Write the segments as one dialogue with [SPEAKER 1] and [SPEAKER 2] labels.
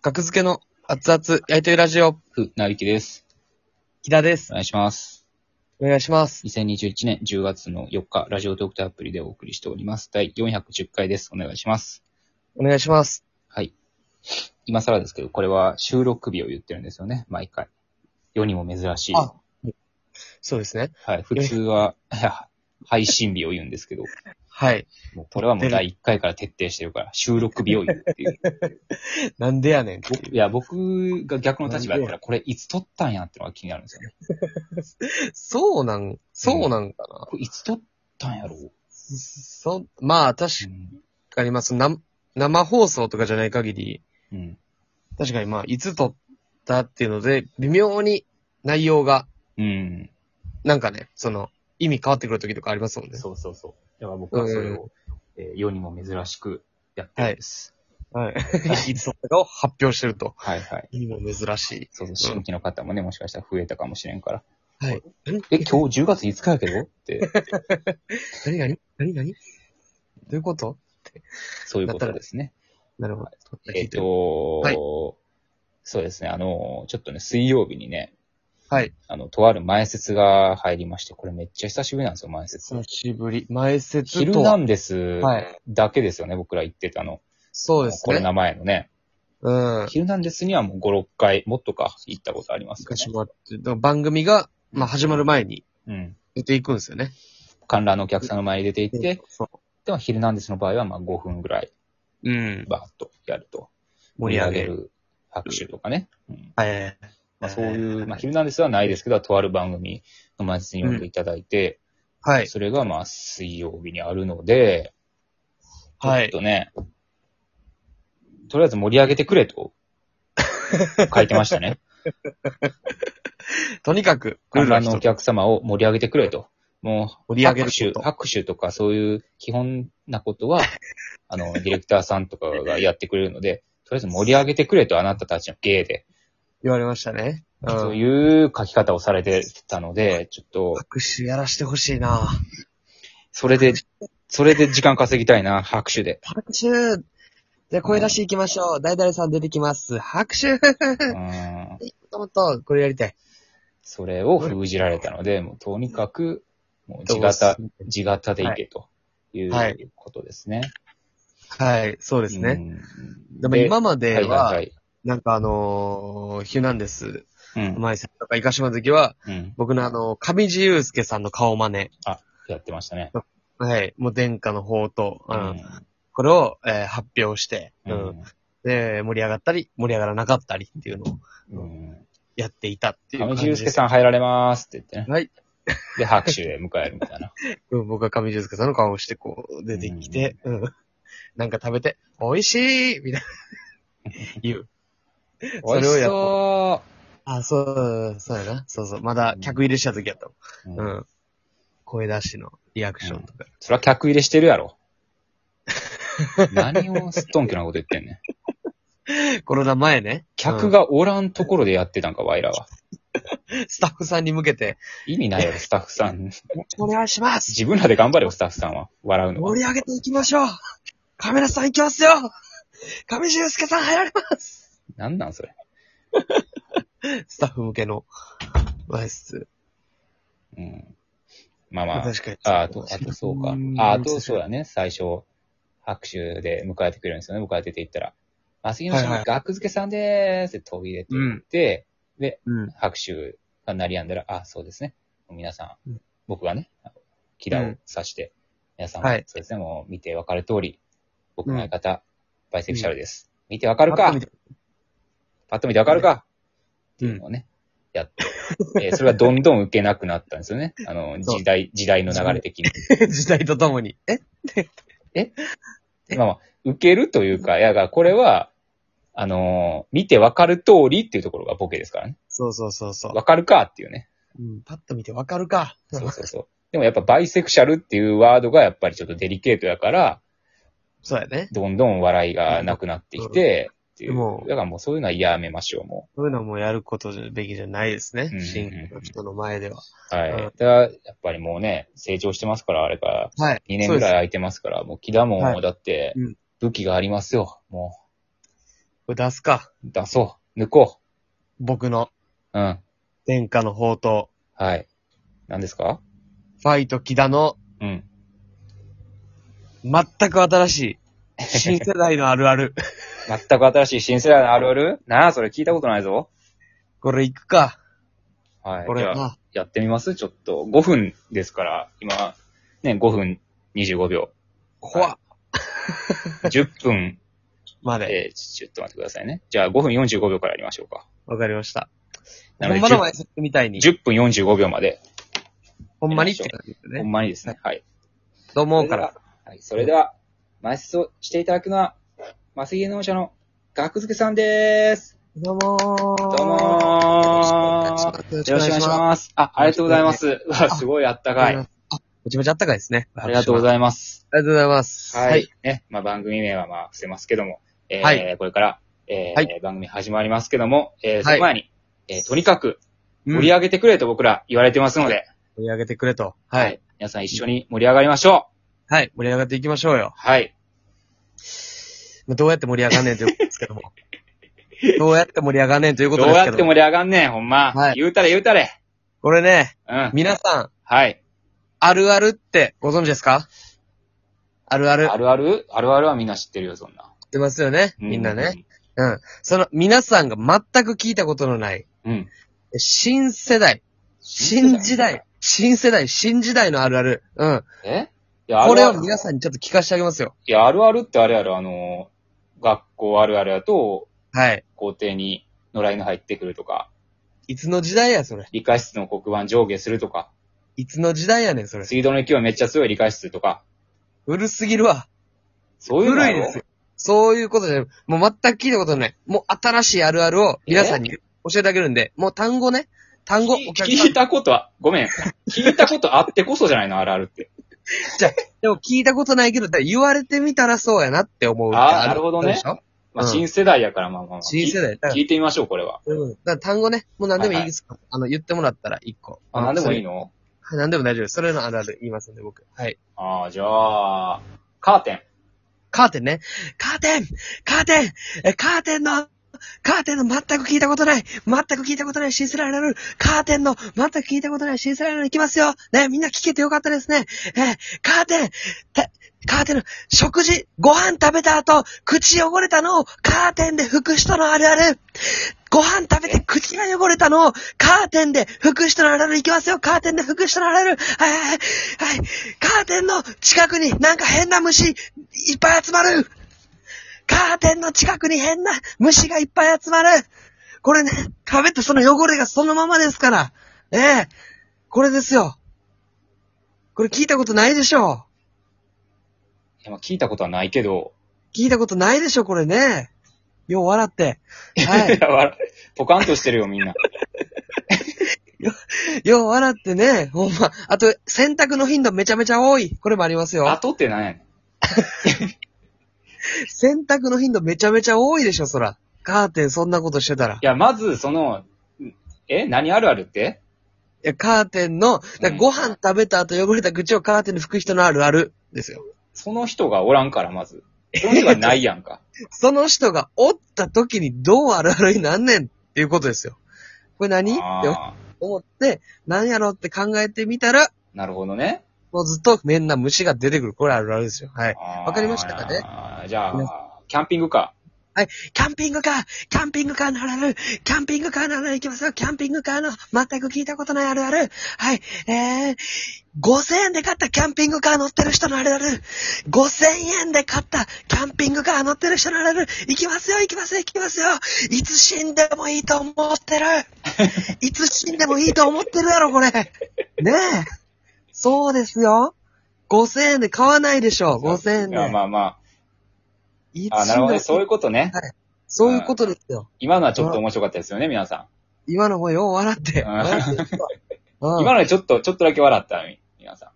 [SPEAKER 1] 格付けの熱々焼いてるラジオ、
[SPEAKER 2] ふ、なびきです。
[SPEAKER 1] 木田です
[SPEAKER 2] お。願いします。
[SPEAKER 1] お願いします。
[SPEAKER 2] 2021年10月の4日、ラジオトークターアプリでお送りしております。第410回です。お願いします。
[SPEAKER 1] お願いします。
[SPEAKER 2] はい。今更ですけど、これは収録日を言ってるんですよね、毎回。世にも珍しい。
[SPEAKER 1] あそうですね。
[SPEAKER 2] はい。普通は、 いや配信日を言うんですけど、
[SPEAKER 1] はい。
[SPEAKER 2] もうこれはもう第1回から徹底してるから、収録日を言うっていう。
[SPEAKER 1] なんでやねん。
[SPEAKER 2] 僕いや、僕が逆の立場だったら、これいつ撮ったんやってのが気になるんですよね。
[SPEAKER 1] そうなん、そうなんかな。
[SPEAKER 2] これいつ撮ったんやろう、
[SPEAKER 1] そ、まあ、確
[SPEAKER 2] うん
[SPEAKER 1] かにます。な、生放送とかじゃない限り、
[SPEAKER 2] うん。
[SPEAKER 1] 確かにまあ、いつ撮ったっていうので、微妙に内容が、
[SPEAKER 2] うん。
[SPEAKER 1] なんかね、その、意味変わってくる時とかありますもんね。
[SPEAKER 2] そうそうそう。だから僕はそれを、えー世にも珍しくやってるんです。
[SPEAKER 1] はい。いつ撮ったかを発表してると。
[SPEAKER 2] はい、はい、
[SPEAKER 1] 意味も珍し
[SPEAKER 2] そうそう、新規の方もね、もしかしたら増えたかもしれんから。
[SPEAKER 1] い。はい。
[SPEAKER 2] え、今日10月5日やけ どって、
[SPEAKER 1] 何何何何どういうこと
[SPEAKER 2] そういうことですね。
[SPEAKER 1] なるほど。
[SPEAKER 2] えっ、と
[SPEAKER 1] はい
[SPEAKER 2] そうですね、あの、ちょっとね、水曜日にね、
[SPEAKER 1] はい。
[SPEAKER 2] あの、とある前説が入りまして、これめっちゃ久しぶりなんですよ、前説
[SPEAKER 1] 久。しぶり。前
[SPEAKER 2] ヒ
[SPEAKER 1] 説
[SPEAKER 2] ル
[SPEAKER 1] と
[SPEAKER 2] ナ
[SPEAKER 1] は。
[SPEAKER 2] ンデス
[SPEAKER 1] はい
[SPEAKER 2] だけですよね、僕ら言ってたの。
[SPEAKER 1] そうです
[SPEAKER 2] コロ
[SPEAKER 1] ね。
[SPEAKER 2] ナ前のね。
[SPEAKER 1] うん。
[SPEAKER 2] ヒルナンデスにはもう5、6回、もっとか、行ったことありますか
[SPEAKER 1] 昔もあって、だから番組が、まあ、始まる前に
[SPEAKER 2] ね。うん。
[SPEAKER 1] 出ていくんですよね。
[SPEAKER 2] 観覧のお客さんの前に出て行って、
[SPEAKER 1] そう
[SPEAKER 2] でも、ヒルナンデスの場合は、まあ、5分ぐらい、
[SPEAKER 1] うん。
[SPEAKER 2] バーッとやると。
[SPEAKER 1] 盛り上げる。
[SPEAKER 2] る。拍手とかね。うん
[SPEAKER 1] はい。
[SPEAKER 2] まあ、そういう、まあ、ヒ
[SPEAKER 1] は
[SPEAKER 2] ルナンデスはないですけど、とある番組の前日に呼んでいただいて、
[SPEAKER 1] い。
[SPEAKER 2] それが、まあ、水曜日にあるので、ちょ
[SPEAKER 1] は
[SPEAKER 2] っ
[SPEAKER 1] い。
[SPEAKER 2] とね、とりあえず盛り上げてくれと、書いてましたね。
[SPEAKER 1] とにかく、ルー
[SPEAKER 2] 観
[SPEAKER 1] ルは
[SPEAKER 2] 覧の
[SPEAKER 1] 一
[SPEAKER 2] お
[SPEAKER 1] つ。
[SPEAKER 2] 客様を盛り上げてくれと。もう、
[SPEAKER 1] 盛り上げるこ
[SPEAKER 2] 拍手、
[SPEAKER 1] と
[SPEAKER 2] 拍手とかそういう基本なことは、 あの、ディレクターさんとかがやってくれるので、とりあえず盛り上げてくれと、あなたたちの芸で、
[SPEAKER 1] 言われましたね。う
[SPEAKER 2] そう
[SPEAKER 1] ん。
[SPEAKER 2] いう書き方をされてたので、ちょっと、
[SPEAKER 1] 拍手やらしてほしいな
[SPEAKER 2] それで、それで時間稼ぎたいな、拍手で。
[SPEAKER 1] 拍手じゃあ声出していきましょう。誰々さん出てきます。拍手
[SPEAKER 2] う
[SPEAKER 1] も
[SPEAKER 2] ん。
[SPEAKER 1] っともっと、これやりたい。
[SPEAKER 2] それを封じられたので、もうとにかく、もう地形、地形でいけという
[SPEAKER 1] はい
[SPEAKER 2] ことですね。
[SPEAKER 1] はい、そうで
[SPEAKER 2] です
[SPEAKER 1] ね。。でも
[SPEAKER 2] で
[SPEAKER 1] 今までは、
[SPEAKER 2] はいはい
[SPEAKER 1] なんかあのー、ヒュナンデス、
[SPEAKER 2] はい。うん。
[SPEAKER 1] 前さんとか、イカシマの時は、
[SPEAKER 2] うん。
[SPEAKER 1] 僕のあの、上地雄介さんの顔真似。
[SPEAKER 2] やってましたね。
[SPEAKER 1] はい。もう殿下の方と、うん。
[SPEAKER 2] うん
[SPEAKER 1] これを、えー発表して、う。
[SPEAKER 2] うん
[SPEAKER 1] で、盛り上がったり、盛り上がらなかったりっていうのを
[SPEAKER 2] ん。
[SPEAKER 1] やっていたっていう
[SPEAKER 2] 上
[SPEAKER 1] 感
[SPEAKER 2] 地
[SPEAKER 1] じで
[SPEAKER 2] 雄介さん入られますって言ってね。
[SPEAKER 1] はい。
[SPEAKER 2] で、拍手で迎えるみたいな。
[SPEAKER 1] うん僕が上地雄介さんの顔をして、こう、出てきて、うん。なんか食べて、美味しいみたいな。言う。
[SPEAKER 2] 美
[SPEAKER 1] そ
[SPEAKER 2] 味
[SPEAKER 1] れを
[SPEAKER 2] し
[SPEAKER 1] やっ
[SPEAKER 2] そ
[SPEAKER 1] あ、そう、そうやな。そうそう。まだ客入れした時やったもん。
[SPEAKER 2] う。う
[SPEAKER 1] うんん。声出しのリアクションとか。
[SPEAKER 2] そりゃ客入れしてる やろ。何をすっとんきょなこと言ってんねん。
[SPEAKER 1] コロナ前ね。
[SPEAKER 2] 客がおらんところでやってたんか、ワイらは。
[SPEAKER 1] スタッフさんに向けて、
[SPEAKER 2] 意味ないやろ、スタッフさん。
[SPEAKER 1] お願いします
[SPEAKER 2] 自分らで頑張れよ、スタッフさんは。笑うのは
[SPEAKER 1] 盛。り上げていきましょうカメラさん行きますよ上重介さん入られます
[SPEAKER 2] なんなんそれ。
[SPEAKER 1] スタッフ向けの前室。
[SPEAKER 2] うん。まあまあ。
[SPEAKER 1] 確かに。
[SPEAKER 2] あ、あと、あとそうか。あ、あとそうだね、最初。拍手で迎えてくれるんですよね、僕が出て行ったら。あ、杉野
[SPEAKER 1] はい
[SPEAKER 2] さ
[SPEAKER 1] は
[SPEAKER 2] ん、
[SPEAKER 1] い
[SPEAKER 2] 学付けさんでーすって飛び出て
[SPEAKER 1] う
[SPEAKER 2] 行
[SPEAKER 1] ん。
[SPEAKER 2] って、
[SPEAKER 1] うん。
[SPEAKER 2] 拍手が鳴りやんだら、あ、そうですね。皆さ
[SPEAKER 1] うんん、
[SPEAKER 2] 僕がね、木田を指して、皆さんも、
[SPEAKER 1] はい
[SPEAKER 2] そうですね、もう見てわかる通り、僕の
[SPEAKER 1] うん
[SPEAKER 2] 相方、バイセクシャルです。見てわかるかパッと見てわかるかって
[SPEAKER 1] う
[SPEAKER 2] いうんの。をね、やって、えーそれがどんどん受けなくなったんですよね。あの、
[SPEAKER 1] そう
[SPEAKER 2] 時代、時代の流れ的に。
[SPEAKER 1] 時代とともに。え
[SPEAKER 2] まあまあ、受けるというか、いやが、これは、あのー見てわかる通りっていうところがボケですからね。
[SPEAKER 1] そうそうそうそう。
[SPEAKER 2] わかるかっていうね。
[SPEAKER 1] うん、パッと見てわかるか。
[SPEAKER 2] そうそう そう。でもやっぱバイセクシャルっていうワードがやっぱりちょっとデリケートやから、
[SPEAKER 1] そうやね。
[SPEAKER 2] どんどん笑いがなくなってきて、ってい
[SPEAKER 1] でも
[SPEAKER 2] う。だからもうそういうのはやめましょう、も
[SPEAKER 1] そういうのはもうやることじゃべきじゃないですね
[SPEAKER 2] う。ん
[SPEAKER 1] 新規の人の前では。
[SPEAKER 2] う。はい。
[SPEAKER 1] う
[SPEAKER 2] だ
[SPEAKER 1] ん
[SPEAKER 2] からやっぱりもうね、成長してますから、あれから。
[SPEAKER 1] はい。
[SPEAKER 2] 2年ぐらい
[SPEAKER 1] い。
[SPEAKER 2] 空いてますから、もう木田も、
[SPEAKER 1] はい
[SPEAKER 2] だって
[SPEAKER 1] うん、
[SPEAKER 2] 武器がありますよ、も
[SPEAKER 1] れ出すか。
[SPEAKER 2] 出そう。抜こ
[SPEAKER 1] 僕の
[SPEAKER 2] う。うん。
[SPEAKER 1] 天下の宝刀。
[SPEAKER 2] はい。何ですか
[SPEAKER 1] ファイト木田の
[SPEAKER 2] うん。
[SPEAKER 1] 全く新し い。新世代のあるある。
[SPEAKER 2] 全く新しい新世代のあるあるなあ、それ聞いたことないぞ。
[SPEAKER 1] これ行くか。
[SPEAKER 2] はい。
[SPEAKER 1] これ
[SPEAKER 2] じゃあ
[SPEAKER 1] な。
[SPEAKER 2] やってみますちょっと。5分ですから、今、ね、5分25秒。
[SPEAKER 1] 怖っ、
[SPEAKER 2] は10分、
[SPEAKER 1] まで。
[SPEAKER 2] えーちょっと待ってくださいね。じゃあ5分45秒からやりましょうか。
[SPEAKER 1] わかりました。
[SPEAKER 2] な
[SPEAKER 1] ほ
[SPEAKER 2] の
[SPEAKER 1] んま
[SPEAKER 2] で
[SPEAKER 1] の
[SPEAKER 2] 10、
[SPEAKER 1] 前説みたいに。
[SPEAKER 2] 10分45秒まで、
[SPEAKER 1] ほんまにって感じです
[SPEAKER 2] ほ
[SPEAKER 1] ね。
[SPEAKER 2] んまにですね。はい。
[SPEAKER 1] と思うから。
[SPEAKER 2] はい。それでは、埋設をしていただくのは、マス芸能者のガクズケさんでーす。
[SPEAKER 1] どうもー。
[SPEAKER 2] どうもー。
[SPEAKER 1] よろしく
[SPEAKER 2] よ
[SPEAKER 1] お
[SPEAKER 2] ろし
[SPEAKER 1] 願
[SPEAKER 2] くお
[SPEAKER 1] い
[SPEAKER 2] 願
[SPEAKER 1] し
[SPEAKER 2] いし
[SPEAKER 1] ま
[SPEAKER 2] ます。あ、ありがとうございます。うわ、すごいあった
[SPEAKER 1] す。
[SPEAKER 2] かい。
[SPEAKER 1] あ、めちゃめちゃあったかいですね。
[SPEAKER 2] ありがとうご
[SPEAKER 1] います。
[SPEAKER 2] ざいます。
[SPEAKER 1] ありがとうございます。
[SPEAKER 2] はい。。ね、まあ番組名はまあ伏せますけども、えー
[SPEAKER 1] はい
[SPEAKER 2] これから、えー
[SPEAKER 1] はい
[SPEAKER 2] 番組始まりますけども、えー
[SPEAKER 1] い
[SPEAKER 2] その前に、えーとにかく
[SPEAKER 1] うん
[SPEAKER 2] 盛り上げてくれと僕ら言われてますので、
[SPEAKER 1] 盛り上げてくれと。はい。。
[SPEAKER 2] 皆さん一緒に盛り上がりましょう。
[SPEAKER 1] はい。盛り上がっていきましょうよ。
[SPEAKER 2] はい。
[SPEAKER 1] まあどうやって盛り上がんねんということです けども。どうやって盛り上がんねんというこ
[SPEAKER 2] ど
[SPEAKER 1] とで
[SPEAKER 2] う
[SPEAKER 1] す
[SPEAKER 2] や
[SPEAKER 1] け
[SPEAKER 2] っ
[SPEAKER 1] ど
[SPEAKER 2] て
[SPEAKER 1] も。
[SPEAKER 2] 盛り上がんねん、ほんま。
[SPEAKER 1] はい
[SPEAKER 2] 言うたれ言うたれ。
[SPEAKER 1] これね、
[SPEAKER 2] うん。
[SPEAKER 1] 皆さん、
[SPEAKER 2] はい。
[SPEAKER 1] あるあるってご存知ですかあるある。
[SPEAKER 2] あるあるあるあるはみんな知ってるよ、そんな。
[SPEAKER 1] 知ってますよね。
[SPEAKER 2] う
[SPEAKER 1] みんなね。。うん。その、皆さんが全く聞いたことのない、
[SPEAKER 2] うん。
[SPEAKER 1] 新世代、新時代、新世代、新時代のあるある。うん。
[SPEAKER 2] えいや、あ
[SPEAKER 1] こ
[SPEAKER 2] る
[SPEAKER 1] れ
[SPEAKER 2] あ
[SPEAKER 1] を
[SPEAKER 2] る。
[SPEAKER 1] 皆さんにちょっと聞かせてあげますよ。
[SPEAKER 2] いや、あるあるってあれやろ、あの、学校あるあるやと、
[SPEAKER 1] はい。
[SPEAKER 2] 校庭に野良犬入ってくるとか、
[SPEAKER 1] いつの時代や、それ。
[SPEAKER 2] 理科室の黒板上下するとか、
[SPEAKER 1] いつの時代やねん、それ。
[SPEAKER 2] 水道の勢いめっちゃ強い理科室とか、
[SPEAKER 1] 古すぎるわ。
[SPEAKER 2] そういうの
[SPEAKER 1] 古
[SPEAKER 2] や
[SPEAKER 1] い
[SPEAKER 2] ろ
[SPEAKER 1] ですよ。そういうことじゃない。もう全く聞いたことのない。もう新しいあるあるを皆さんに教えてあげるんで、もう単語ね。単語、
[SPEAKER 2] 聞
[SPEAKER 1] お客さ
[SPEAKER 2] 聞
[SPEAKER 1] ん
[SPEAKER 2] い。たことは、ごめん。聞いたことあってこそじゃないの、あるあるって。
[SPEAKER 1] でも聞いたことないけど、だから言われてみたらそうやなって思うって
[SPEAKER 2] あー
[SPEAKER 1] る
[SPEAKER 2] なるほどね
[SPEAKER 1] でしょ
[SPEAKER 2] まあ、
[SPEAKER 1] うん
[SPEAKER 2] 新世代やから、まあまあまあ。
[SPEAKER 1] 新世代。だから
[SPEAKER 2] 聞いてみましょう、これは。
[SPEAKER 1] うん。だから単語ね、もう何でもいいですか、あの、言ってもらったら一個。
[SPEAKER 2] あ、なんでもいい
[SPEAKER 1] の
[SPEAKER 2] の
[SPEAKER 1] 何でも大丈夫です。それのあるある言いますんで、僕。はい。
[SPEAKER 2] ああ、じゃあ、カーテン。
[SPEAKER 1] カーテンね。カーテンカーテンえカーテンのカーテンの全く聞いたことない全く聞いたことない新世代になるカーテンの全く聞いたことない新世代に行きますよね、みんな聞けてよかったですねえ、カーテンたカーテンの食事、ご飯食べた後、口汚れたのをカーテンで拭く人のあるあるご飯食べて口が汚れたのをカーテンで拭く人のあるある行きますよカーテンで拭く人のあるあるはいはいはいはいカーテンの近くになんか変な虫いっぱい集まるカーテンの近くに変な虫がいっぱい集まるこれね、壁ってその汚れがそのままですから。ええこれですよ。これ聞いたことないでしょ
[SPEAKER 2] いやまあ聞いたことはないけど、
[SPEAKER 1] 聞いたことないでしょこれね。よう笑って。は
[SPEAKER 2] いや 笑ポカンとしてるよ、みんな。
[SPEAKER 1] い。よう笑ってね。ほんま。あと、洗濯の頻度めちゃめちゃ多い。これもありますよ。
[SPEAKER 2] 後ってなんやねん。
[SPEAKER 1] 洗濯の頻度めちゃめちゃ多いでしょ、そら。カーテンそんなことしてたら。
[SPEAKER 2] いや、まず、その、え何あるあるって
[SPEAKER 1] いや、カーテンの、だからご飯食べた後汚れた口をカーテンで拭く人のあるあるですよ。
[SPEAKER 2] その人がおらんから、まず。その人がないやんか。
[SPEAKER 1] その人がおった時にどうあるあるになんねんっていうことですよ。これ何って
[SPEAKER 2] あー
[SPEAKER 1] 思って、何やろって考えてみたら、
[SPEAKER 2] なるほどね。
[SPEAKER 1] もうずっと変な虫が出てくる。これあるあるですよ。はい。
[SPEAKER 2] わ
[SPEAKER 1] わかりましたかね
[SPEAKER 2] じゃあ、キャンピングカ
[SPEAKER 1] キャンピングカーキャンピングカーのあるあるキャンピングカーのあるあるいきますよキャンピングカーの全く聞いたことないあるあるはい。えー、5000円で買ったキャンピングカー乗ってる人のあるある !5000 円で買ったキャンピングカー乗ってる人のあるある行きますよ行きますよ行きますよいつ死んでもいいと思って るいつ死んでもいいと思ってるやろこれねえそうですよ !5000 円で買わないでしょ
[SPEAKER 2] ー。
[SPEAKER 1] !5000円
[SPEAKER 2] い
[SPEAKER 1] で。
[SPEAKER 2] や、まあま
[SPEAKER 1] い
[SPEAKER 2] あ。あ
[SPEAKER 1] つ
[SPEAKER 2] な
[SPEAKER 1] 死
[SPEAKER 2] る
[SPEAKER 1] ん
[SPEAKER 2] ほ
[SPEAKER 1] で
[SPEAKER 2] ど。そうい
[SPEAKER 1] も
[SPEAKER 2] うことね。
[SPEAKER 1] そういうことですよ。
[SPEAKER 2] 今のはちょっと面白かったですよね、皆さ
[SPEAKER 1] 今の方よう笑って。
[SPEAKER 2] うん
[SPEAKER 1] 笑ってる人は
[SPEAKER 2] ん。
[SPEAKER 1] うん
[SPEAKER 2] 今のはちょっと、ちょっとだけ笑ったのに、皆さん。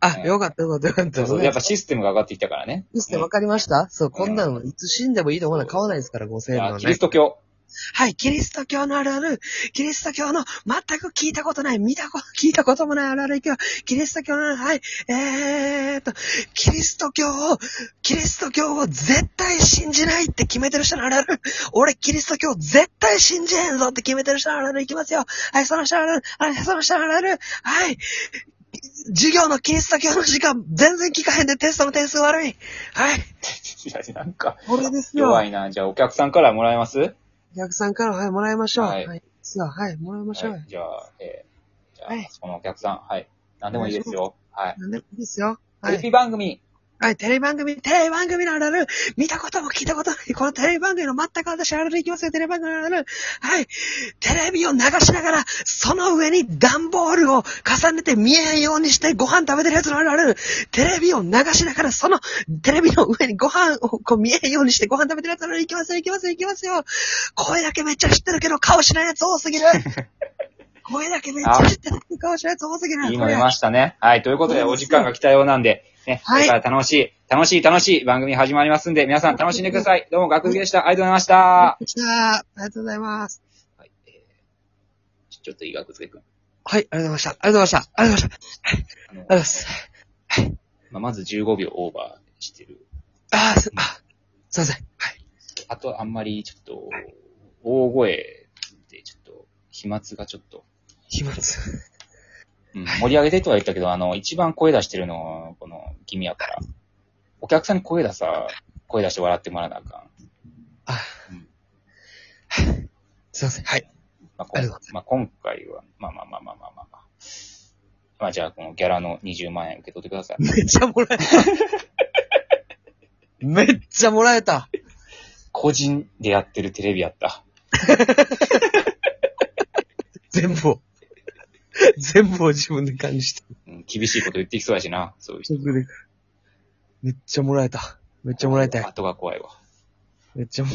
[SPEAKER 1] あ、よかったよかったよかった。
[SPEAKER 2] そうそう。やっぱシステムが上がってきたからね。
[SPEAKER 1] ミスってわかりましたそう、こんなのいつ死んでもいいと思うのは買わないですから、5000
[SPEAKER 2] い
[SPEAKER 1] 円
[SPEAKER 2] や
[SPEAKER 1] の
[SPEAKER 2] キリ
[SPEAKER 1] ね
[SPEAKER 2] ス。ト教。
[SPEAKER 1] はい、キリスト教のあるある、キリスト教の全く聞いたことない、見たこと、聞いたこともないあるある教、キリスト教の、はい、えーっと、キリスト教を、キリスト教を絶対信じないって決めてる人のあるある、俺キリスト教絶対信じへんぞって決めてる人のあるあるいきますよ。はい、その人のあるある、はい、その人のあるある、はい、授業のキリスト教の時間全然聞かへんでテストの点数悪い。はい、
[SPEAKER 2] いや、なんか、
[SPEAKER 1] これですよ。
[SPEAKER 2] 弱いな。じゃあ、お客さんからもらえます
[SPEAKER 1] お客さんから、はい、もらいましょう。は。
[SPEAKER 2] はいい
[SPEAKER 1] はい、実ははい、もらいましょう。
[SPEAKER 2] はい、じゃあ、えー、じゃあ、
[SPEAKER 1] はい
[SPEAKER 2] そのお客さん、はい。何でもいいですよ。はい。
[SPEAKER 1] なんでもいいですよ。は
[SPEAKER 2] テレ
[SPEAKER 1] い。
[SPEAKER 2] ビ番組、
[SPEAKER 1] はい、テレビ番組、テレビ番組のあるある、見たことも聞いたこともない、このテレビ番組の全く私あるあるいきますよ、テレビ番組のあるある。はい。テレビを流しながら、その上に段ボールを重ねて見えんようにしてご飯食べてるやつのあるある。テレビを流しながら、そのテレビの上にご飯をこう見えんようにしてご飯食べてるやつのあるある、いきますよ、いきますよ、いきますよ。声だけめっちゃ知ってるけど、顔しないやつ多すぎる。 声だけめっちゃ知ってるけど、顔しないやつ多すぎる。
[SPEAKER 2] いいの出ましたね。はい、ということで、
[SPEAKER 1] これ
[SPEAKER 2] お時間が来たようなんで、ね、こ
[SPEAKER 1] はい
[SPEAKER 2] れから楽しい、楽しい、楽しい番組始まりますんで、皆さん楽しんでくだ さい。どうも、学芸でした。ありがとうございました。
[SPEAKER 1] じゃあ、ありがとうございます。
[SPEAKER 2] ちょちょっといい、学芸くん。
[SPEAKER 1] はい、ありがとうございました。ありがとうございました。ありがとうございました。
[SPEAKER 2] あ
[SPEAKER 1] ありがとう
[SPEAKER 2] の
[SPEAKER 1] ございます。
[SPEAKER 2] まあまず15秒オーバーしてる。
[SPEAKER 1] あーす、あ、すいません。はい。
[SPEAKER 2] あと、あんまり、ちょっと、大声で、ちょっと、飛沫がちょっと、
[SPEAKER 1] 暇つ。
[SPEAKER 2] うん、盛り上げてとは言ったけど、あの、一番声出してるの、この、君やから。お客さんに声出さ、声出して笑ってもらわなあかん。
[SPEAKER 1] あ
[SPEAKER 2] うん、
[SPEAKER 1] すいません。はい。
[SPEAKER 2] まあ、
[SPEAKER 1] あ
[SPEAKER 2] こ
[SPEAKER 1] り
[SPEAKER 2] ん
[SPEAKER 1] がとうござ
[SPEAKER 2] まあ、今回は、まあまあまあまあまあまあまあ。まあ、じゃあ、このギャラの20万円受け取ってください。
[SPEAKER 1] めっちゃもらえた。めっちゃもらえた。
[SPEAKER 2] 個人でやってるテレビやった。
[SPEAKER 1] 全部を。全部を自分で感じて。
[SPEAKER 2] うん、厳しいこと言ってきそうやしな、そういう人。
[SPEAKER 1] 直で。めっちゃもらえた。めっちゃもらえたよ。
[SPEAKER 2] 後が怖いわ。
[SPEAKER 1] めっちゃもらえた。